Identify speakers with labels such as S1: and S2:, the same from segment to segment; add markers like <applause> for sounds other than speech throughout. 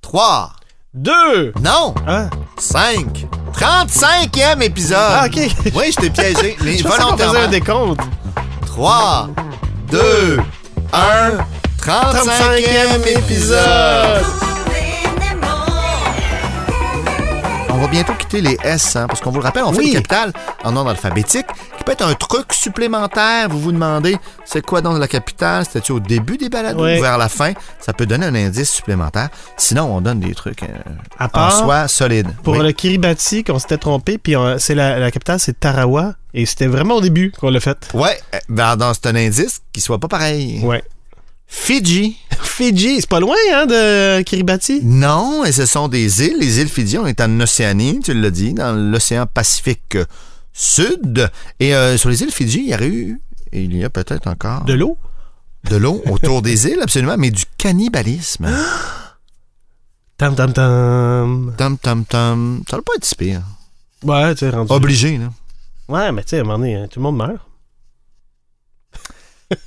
S1: 3,
S2: Deux!
S1: non,
S2: Hein?
S1: 5, 35e épisode.
S2: Ah, ok. <laughs>
S1: Oui, je t'ai piégé. Les
S2: Je pensais qu'on faisait un
S1: volontairement.
S2: décompte.
S1: 3, 2, 1, 35e épisode. On va bientôt quitter les S, hein, parce qu'on vous le rappelle, on fait
S2: Oui.
S1: une capitale en ordre alphabétique, qui peut être un truc supplémentaire. Vous vous demandez, c'est quoi dans la capitale? C'était-tu au début des balados
S2: Oui.
S1: ou vers la fin? Ça peut donner un indice supplémentaire. Sinon, on donne des trucs euh,
S2: À
S1: en
S2: part,
S1: soi solides.
S2: Ah. pour
S1: Oui.
S2: le Kiribati, qu'on s'était trompé, puis on- c'est la, la capitale, c'est Tarawa, et c'était vraiment au début qu'on l'a fait.
S1: Ouais, euh, ben, dans c'est un indice qui soit pas pareil. <laughs>
S2: Ouais.
S1: Fidji.
S2: Fidji, c'est pas loin, hein, de Kiribati?
S1: Non, et ce sont des îles. Les îles Fidji, on est en Océanie, tu l'as dit, dans l'océan Pacifique euh, Sud. Et euh, sur les îles Fidji, il y aurait eu, et il y a peut-être encore,
S2: De l'eau?
S1: de l'eau autour
S2: <laughs>
S1: des îles, absolument, mais du cannibalisme.
S2: Ah! Tam tam tam.
S1: Tom, tom, tom. Ça doit pas être si pire.
S2: Ouais, tu es rendu.
S1: Obligé, là.
S2: ouais, mais tu sais, à un moment donné, hein, tout le monde meurt.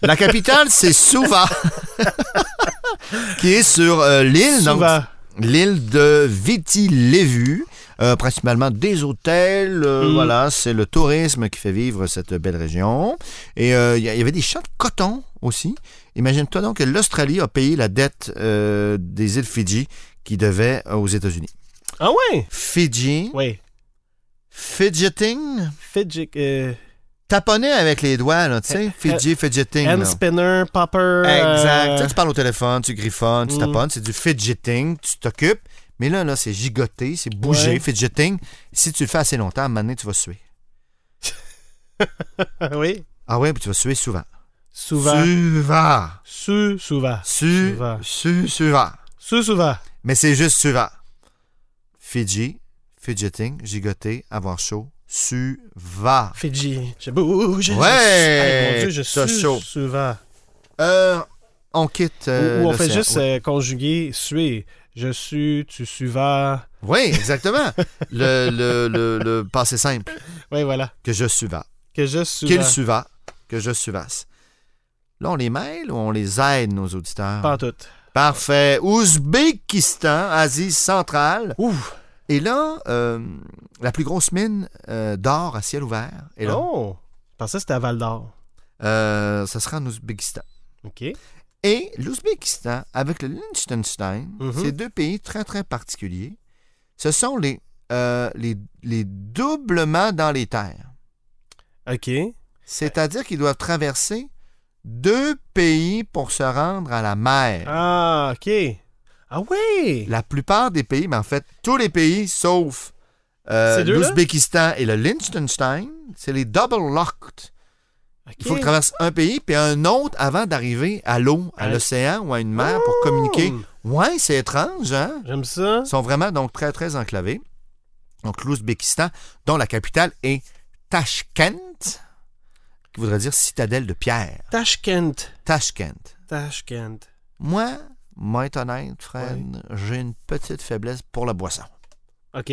S1: La capitale, c'est
S2: <laughs>
S1: Suva, qui est sur euh, l'île. donc
S2: Souvent.
S1: l'île de Viti-Levu. euh, principalement des hôtels, euh,
S2: Mm.
S1: voilà, c'est le tourisme qui fait vivre cette belle région. Et euh, il y, a- il y avait des champs de coton aussi. Imagine-toi donc que l'Australie a payé la dette euh, des îles Fidji qui devait aux États-Unis.
S2: Ah ouais?
S1: Fidji,
S2: Oui.
S1: fidgeting,
S2: Fidji, euh,
S1: taponner avec les doigts, là, tu
S2: Eh,
S1: sais, Fidji, fidgeting.
S2: hand
S1: là.
S2: spinner, popper. euh,
S1: Exact. Tu, sais, tu parles au téléphone, tu griffonnes, tu
S2: Mm.
S1: taponnes, c'est du fidgeting, tu t'occupes. Mais là, là c'est gigoter, c'est bouger,
S2: Ouais.
S1: fidgeting. Si tu le fais assez longtemps, maintenant tu vas suer.
S2: euh, <laughs> oui.
S1: Ah ouais, puis tu vas suer souvent.
S2: Souvent.
S1: Souvent.
S2: Su, souvent.
S1: Su,
S2: Souvent.
S1: su, souvent.
S2: Su, souvent.
S1: Mais c'est juste souvent. Fidji, fidgeting, gigoter, avoir chaud, suva.
S2: Fidji. Je bouge. je-
S1: Ouais,
S2: Hey, mon Dieu, je
S1: t'as
S2: sue
S1: chaud.
S2: souvent.
S1: Euh, on quitte. euh,
S2: ou, ou on fait
S1: l'océan.
S2: juste euh, conjuguer suer. Je sue, tu suivas.
S1: Oui, exactement. le, le, le, le passé simple.
S2: Oui, voilà.
S1: Que je suva.
S2: Que je sue.
S1: Qu'ils suivent, que je suivasse. Là, on les mêle ou on les aide, nos auditeurs?
S2: Pas en tout.
S1: Parfait. Ouzbékistan, Asie centrale.
S2: Ouf.
S1: Et là, euh, la plus grosse mine euh, d'or à ciel ouvert. Et là,
S2: Oh. Je pensais que c'était à Val d'Or.
S1: euh, ça sera en Ouzbékistan.
S2: OK.
S1: Et l'Ouzbékistan, avec le Liechtenstein,
S2: Mhm.
S1: ces deux pays très, très particuliers, ce sont les, euh, les, les doublements dans les terres.
S2: OK.
S1: C'est-à-dire qu'ils doivent traverser deux pays pour se rendre à la mer.
S2: Ah, OK. Ah oui.
S1: La plupart des pays, mais en fait, tous les pays, sauf euh,
S2: Ces deux-là?
S1: l'Ouzbékistan et le Liechtenstein, c'est les double locked.
S2: OK.
S1: Il faut qu'ils traversent un pays puis un autre avant d'arriver à l'eau, à
S2: Ah.
S1: l'océan ou à une mer pour communiquer.
S2: Oh!
S1: Ouais, c'est étrange, hein?
S2: J'aime ça.
S1: Ils sont vraiment donc très, très enclavés. Donc, l'Ouzbékistan, dont la capitale est Tashkent, qui voudrait dire citadelle de pierre.
S2: Tashkent.
S1: Tashkent.
S2: Tashkent.
S1: Moi, moi être honnête, Fred, j'ai une petite faiblesse pour la boisson.
S2: OK.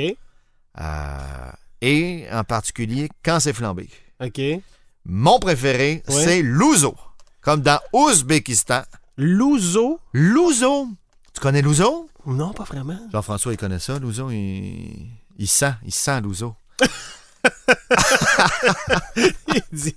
S1: Euh, et en particulier quand c'est flambé.
S2: OK.
S1: Mon préféré,
S2: Ouais.
S1: c'est l'ouzo. Comme dans Ouzbékistan.
S2: Louzo.
S1: L'ouzo. Tu connais l'ouzo?
S2: Non, pas vraiment.
S1: Jean-François, il connaît ça. L'ouzo, il... il sent. Il sent l'ouzo.
S2: <laughs>
S1: <laughs>
S2: Il dit-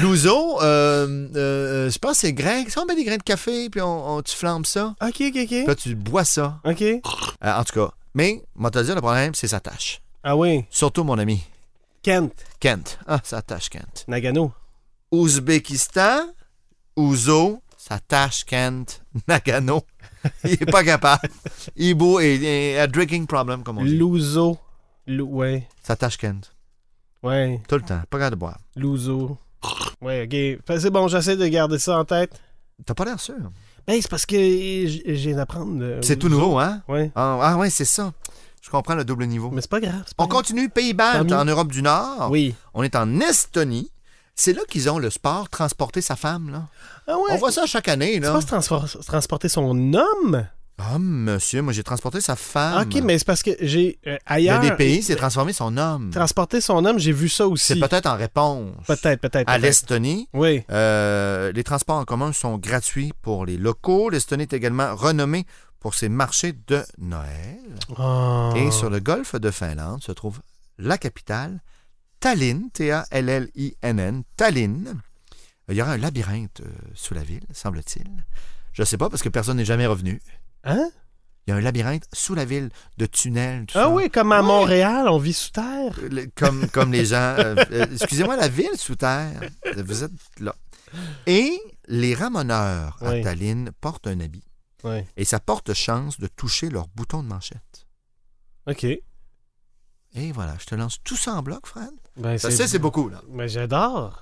S1: L'ouzo, euh, euh, je pense que c'est grain. Ça, on met des grains de café, puis on, on- tu flambes ça.
S2: OK, OK,
S1: Puis
S2: OK.
S1: Là, tu bois ça.
S2: OK.
S1: Euh, en tout cas. Mais, moi, te dire, le problème, c'est sa tâche.
S2: Ah oui.
S1: Surtout mon ami
S2: Kent.
S1: Kent. Ah, sa tâche, Kent.
S2: Nagano.
S1: Ouzbékistan, Ouzo, sa tâche Kent, <laughs> Nagano. Il est pas
S2: <laughs>
S1: capable. Ibo est, est a drinking problem, comme on dit.
S2: Louzo. Lou- ouais.
S1: Sa tâche Kent.
S2: Ouais.
S1: Tout le temps. Pas capable de boire.
S2: Louzo. Ouais, OK. Fait- C'est bon, j'essaie de garder ça en tête.
S1: T'as pas l'air sûr.
S2: Hey, Ben, c'est parce que j'ai j'ai à apprendre. euh,
S1: C'est tout nouveau, hein?
S2: Ouais.
S1: Ah, ah ouais, c'est ça. Je comprends le double niveau.
S2: Mais c'est pas grave. c'est pas
S1: On
S2: grave.
S1: continue, Pays-Baltes,
S2: Tant mieux.
S1: en Europe du Nord.
S2: Oui.
S1: On est en Estonie. C'est là qu'ils ont le sport transporter sa femme. Là.
S2: Ah ouais.
S1: On voit ça chaque année.
S2: C'est
S1: Là.
S2: pas se transfor- transporter son homme.
S1: Ah, monsieur, moi j'ai transporté sa femme.
S2: ok, mais c'est parce que j'ai euh,
S1: Ah, Il y a
S2: ailleurs.
S1: des pays, c'est transformer son homme.
S2: Transporter son homme, j'ai vu ça aussi.
S1: C'est peut-être en réponse
S2: Peut-être, peut-être.
S1: à
S2: peut-être.
S1: l'Estonie.
S2: Oui.
S1: Euh, les transports en commun sont gratuits pour les locaux. L'Estonie est également renommée pour ses marchés de Noël.
S2: Ah.
S1: Et sur le golfe de Finlande se trouve la capitale, Tallinn, T-A-L-L-I-N-N, Tallinn. Il y aura un labyrinthe euh, sous la ville, semble-t-il. Je ne sais pas, parce que personne n'est jamais revenu.
S2: Hein?
S1: Il y a un labyrinthe sous la ville, de tunnels, tout
S2: Ah
S1: ça.
S2: oui, comme à Montréal, on vit sous terre.
S1: Le- Comme, comme les gens... euh, euh, Excusez-moi, la ville sous terre. Vous êtes là. Et les ramoneurs à
S2: Oui.
S1: Tallinn portent un habit.
S2: Oui.
S1: Et ça porte chance de toucher leur bouton de manchette.
S2: Ok.
S1: Et voilà, je te lance tout ça en bloc, Fred.
S2: Ben,
S1: Ça, c'est beaucoup, là.
S2: Mais j'adore.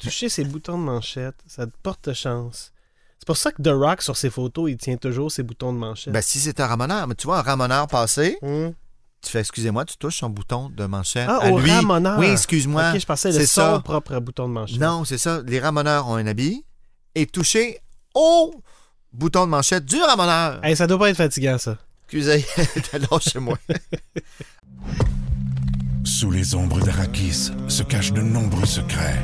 S2: Toucher ses boutons de manchette, ça te porte chance. C'est pour ça que The Rock, sur ses photos, il tient toujours ses boutons de manchette.
S1: Ben, si c'est un ramoneur, mais tu vois, un ramoneur passé,
S2: Hum.
S1: tu fais, excusez-moi, tu touches son bouton de manchette.
S2: Ah,
S1: à
S2: au
S1: lui.
S2: ramoneur.
S1: Oui, excuse-moi.
S2: Ok, je pensais
S1: c'est
S2: de son
S1: ça.
S2: propre bouton de manchette.
S1: non, c'est ça. Les ramoneurs ont un habit et toucher au bouton de manchette du ramoneur.
S2: Hey, ça doit pas être fatigant, ça.
S1: Excusez, <laughs> t'es là chez moi.
S3: Sous les ombres d'Arakis se cachent de nombreux secrets.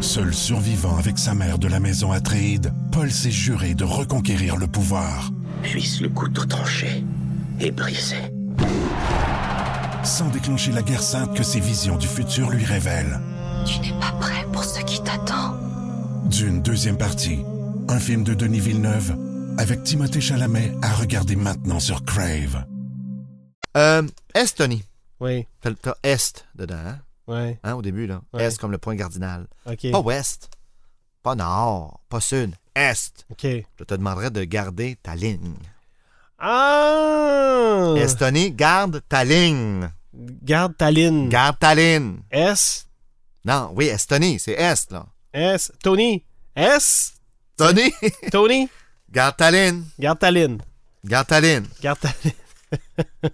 S3: Seul survivant avec sa mère de la maison Atréide, Paul s'est juré de reconquérir le pouvoir,
S4: puisse le couteau tranché et brisé.
S3: sans déclencher la guerre sainte que ses visions du futur lui révèlent.
S5: Tu n'es pas prêt pour ce qui t'attend.
S3: D'une deuxième partie, un film de Denis Villeneuve, avec Timothée Chalamet à regarder maintenant sur Crave.
S1: Euh, Estonie.
S2: Oui,
S1: T'as t'as Est dedans, hein?
S2: oui,
S1: Hein, au début, là.
S2: Ouais.
S1: Est comme le point cardinal.
S2: ok.
S1: Pas ouest, pas nord, pas sud. Est.
S2: Ok.
S1: Je te demanderais de garder ta ligne.
S2: Ah!
S1: Estonie, garde ta ligne.
S2: Garde ta ligne.
S1: Garde ta ligne.
S2: S.
S1: Non, oui, Estonie, c'est Est, là.
S2: S. Tony. S.
S1: Tony, <laughs>
S2: Tony.
S1: garde ta ligne.
S2: Garde ta ligne.
S1: Garde ta ligne.
S2: Garde ta ligne. <laughs>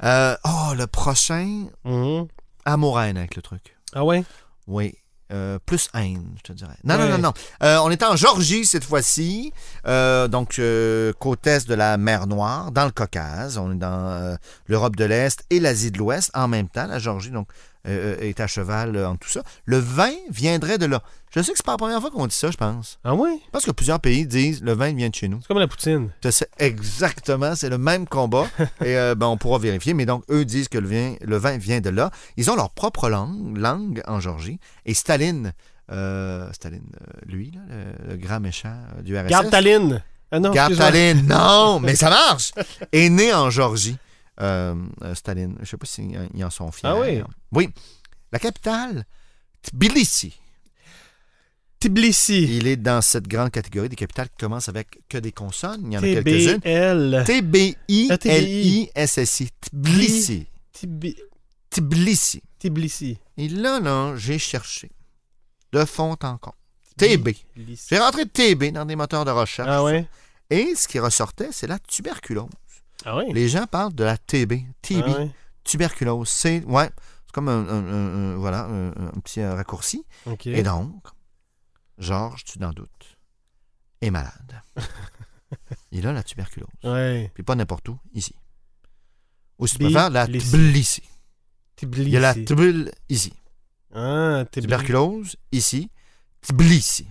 S1: Euh, oh, le prochain,
S2: Mhm.
S1: amour-haine avec le truc.
S2: Ah ouais?
S1: Oui. Euh, plus haine, je te dirais. Non,
S2: Ouais.
S1: non, non, non. Euh, on est en Georgie cette fois-ci, Euh, donc euh, côte est de la mer Noire, dans le Caucase. On est dans euh, l'Europe de l'Est et l'Asie de l'Ouest en même temps. La Georgie, donc, euh, euh, est à cheval euh, en tout ça. Le vin viendrait de là. Je sais que c'est pas la première fois qu'on dit ça, je pense.
S2: Ah ouais?
S1: Parce que plusieurs pays disent le vin vient de chez nous.
S2: C'est comme la poutine.
S1: Je sais exactement, c'est le même
S2: <laughs>
S1: combat. Et euh, ben, on pourra vérifier, mais donc eux disent que le vin, le vin vient de là. Ils ont leur propre langue, langue en Géorgie. Et Staline, euh, Staline, euh, lui, là, le, le grand méchant euh, du RSS.
S2: Garde ta ligne. Ah non,
S1: Garde
S2: excuse-moi.
S1: Staline,
S2: <laughs>
S1: non, mais ça marche. Est né en Géorgie. Euh, euh, Staline, je ne sais pas s'ils en- ils en sont fiers.
S2: Ah oui?
S1: Oui. La capitale,
S2: <laughs>
S1: Tbilissi.
S2: Tbilissi.
S1: Il est dans cette grande catégorie des capitales qui commencent avec que des consonnes. Il y en a quelques-unes.
S2: T-B-L.
S1: T-B-I-L-I-S-S-I. Tbilissi.
S2: Tbi-
S1: Tbilissi.
S2: Tbilissi.
S1: Et là, là, j'ai cherché de fond en compte. TB.
S2: Tbilissi.
S1: J'ai rentré TB dans des moteurs de recherche.
S2: Ah ouais?
S1: Et ce qui ressortait, c'est la tuberculose.
S2: Ah ouais?
S1: Les gens parlent de la TB. TB.
S2: Ah ouais?
S1: Tuberculose. C'est, ouais, c'est comme un, un- un- un- voilà, un, un petit euh, raccourci.
S2: Ok.
S1: Et donc, Georges, tu n'en doutes, est
S2: <laughs>
S1: malade. Il a la tuberculose.
S2: Ouais.
S1: Puis pas n'importe où, ici. Ou si tu
S2: Bi-
S1: préfères, la
S2: blessé.
S1: Tbilissi.
S2: Tbilissi.
S1: Il y a la Tbil ici.
S2: Ah, Tbilissi.
S1: Tuberculose, ici. Tbilissi.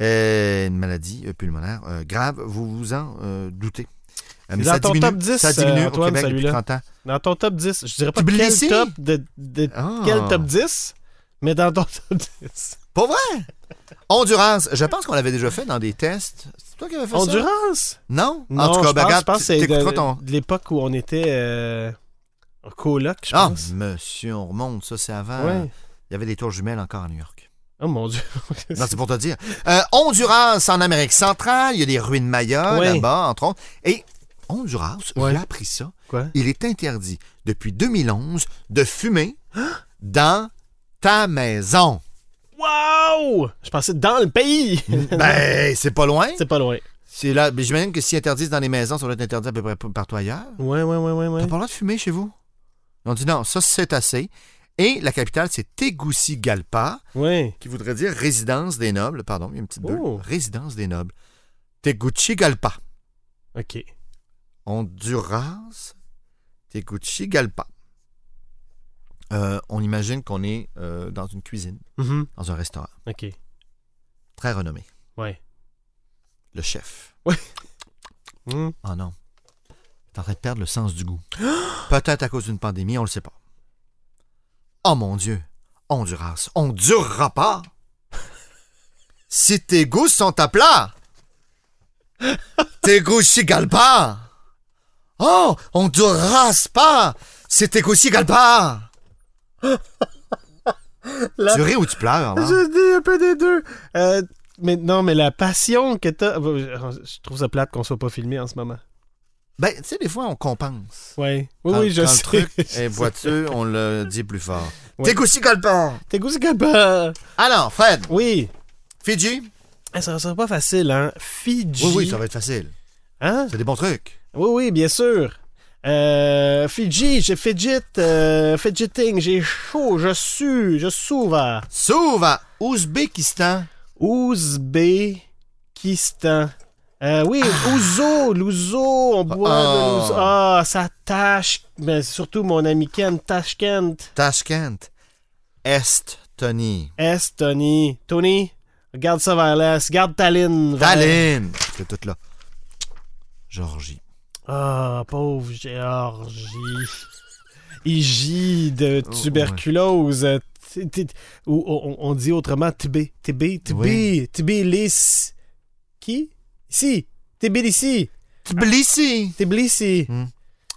S1: Euh, une maladie euh, pulmonaire euh, grave, vous vous en euh, doutez. Euh,
S2: dans ton top 10,
S1: ça diminue
S2: euh,
S1: au
S2: Antoine,
S1: Québec depuis
S2: celui-là.
S1: 30 ans.
S2: Dans ton top 10, je dirais pas
S1: Tbilissi?
S2: quel top de, de-
S1: Ah.
S2: quel top 10, mais dans ton top 10.
S1: Pas vrai! Honduras, je pense qu'on l'avait déjà fait dans des tests. C'est toi qui avais fait ça?
S2: Honduras?
S1: Non?
S2: Non,
S1: en tout cas, ben,
S2: je, pense, je
S1: regarde,
S2: pense que c'est
S1: t'écouteras
S2: de,
S1: ton...
S2: de l'époque où on était euh, en coloc, je
S1: Ah,
S2: pense.
S1: monsieur, on remonte, ça, c'est avant.
S2: Ouais.
S1: Il y avait des tours jumelles encore à New York.
S2: Oh mon dieu. <laughs>
S1: Non, c'est pour te dire. Euh, Honduras, en Amérique centrale, il y a des ruines mayas
S2: Oui.
S1: là-bas, entre autres. Et Honduras,
S2: Ouais.
S1: j'ai appris ça,
S2: Quoi?
S1: il est interdit
S2: <laughs>
S1: depuis 2011 de fumer dans ta maison.
S2: Waouh! Je pensais dans le pays!
S1: Ben, c'est pas loin.
S2: C'est pas loin.
S1: C'est là. mais J'imagine que s'ils interdisent dans les maisons, ça doit être interdit à peu près partout ailleurs.
S2: Ouais, ouais, ouais, ouais.
S1: T'as
S2: ouais.
S1: pas le droit de fumer chez vous? Ils ont dit non, ça c'est assez. Et la capitale, c'est Tegucigalpa,
S2: Ouais.
S1: qui voudrait dire résidence des nobles. Pardon, il y a une petite bulle.
S2: Oh.
S1: Résidence des nobles. Tegucigalpa.
S2: Ok.
S1: Honduras, Tegucigalpa. Euh, on imagine qu'on est euh, dans une cuisine,
S2: Mhm.
S1: dans un restaurant
S2: Ok.
S1: très renommé.
S2: Ouais.
S1: Le chef.
S2: Hmm.
S1: Oh non. T'es en train de perdre le sens du goût. <gasps> Peut-être à cause d'une pandémie, on le sait pas. Oh mon Dieu. Honduras. On durera pas.
S2: <laughs>
S1: si tes goûts sont à plat. tes goûts chigalpa. Oh, on durera pas. Si tes goûts
S2: <laughs>
S1: chigalpa.
S2: La-
S1: Tu ris ou tu pleures, là?
S2: Je dis un peu des deux. Euh, mais non, mais la passion que t'as. Je trouve ça plate qu'on soit pas filmé en ce moment.
S1: Ben, tu sais, des fois, on compense.
S2: Ouais. Oui,
S1: Quand-
S2: oui, je
S1: quand
S2: sais. <laughs>
S1: Le truc est boiteux, on le dit plus fort.
S2: Ouais.
S1: Tegucigalpa.
S2: T'es goût, capable.
S1: Alors, Fred,
S2: Oui.
S1: Fidji.
S2: Eh, Ça sera pas facile, hein? Fidji.
S1: Oui, oui, ça va être facile.
S2: Hein?
S1: C'est des bons trucs.
S2: Oui, oui, bien sûr. Euh, Fidji, j'ai fidget, euh, fidgeting, j'ai chaud, je sue, je souve.
S1: Souva, Ouzbékistan.
S2: Ouzbékistan. Euh, oui,
S1: Ah.
S2: ouzo, l'ouzo, on boit de
S1: Oh.
S2: l'ouzo. Ah, ça tâche, mais surtout mon ami Ken, Tashkent,
S1: Tashkent. Estonie.
S2: Est, Tony. Tony, regarde ça vers l'est, garde Tallinn. vers-
S1: Tallinn. C'est tout là. Georgie.
S2: Ah, pauvre Géorgie. IJ de tuberculose. T- t- Ou on, on dit autrement TB. TB, TB,
S1: Oui.
S2: Tbilis. Qui? Ici. Tbilisi.
S1: Tbilissi.
S2: Tbilisi.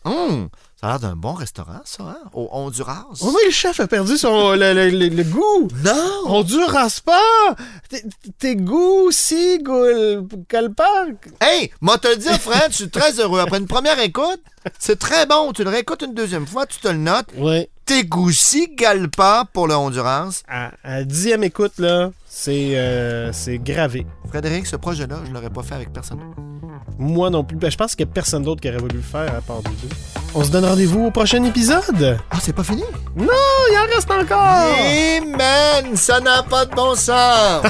S1: Hum, Ça a l'air d'un bon restaurant, ça, hein? Au Honduras.
S2: Oh, mais le chef a perdu son, le, le- le- le goût.
S1: Non!
S2: On durasse pas. T- Tes goûts, si, goul, calpa.
S1: Hey, moi te le dire, Fred, je suis très heureux. Après une première écoute, c'est très bon. Tu le réécoutes une deuxième fois, tu te le notes.
S2: Ouais.
S1: Tegucigalpa pour le Honduras.
S2: À, à dixième écoute, là, c'est euh, c'est gravé.
S1: Frédéric, ce projet-là, je l'aurais pas fait avec personne.
S2: Moi non plus. Ben, je pense qu'il n'y a personne d'autre qui aurait voulu le faire à part nous deux. On se donne rendez-vous au prochain épisode.
S1: Ah, c'est pas fini?
S2: Non, il en reste encore.
S1: Amen! Ça n'a pas de bon sens!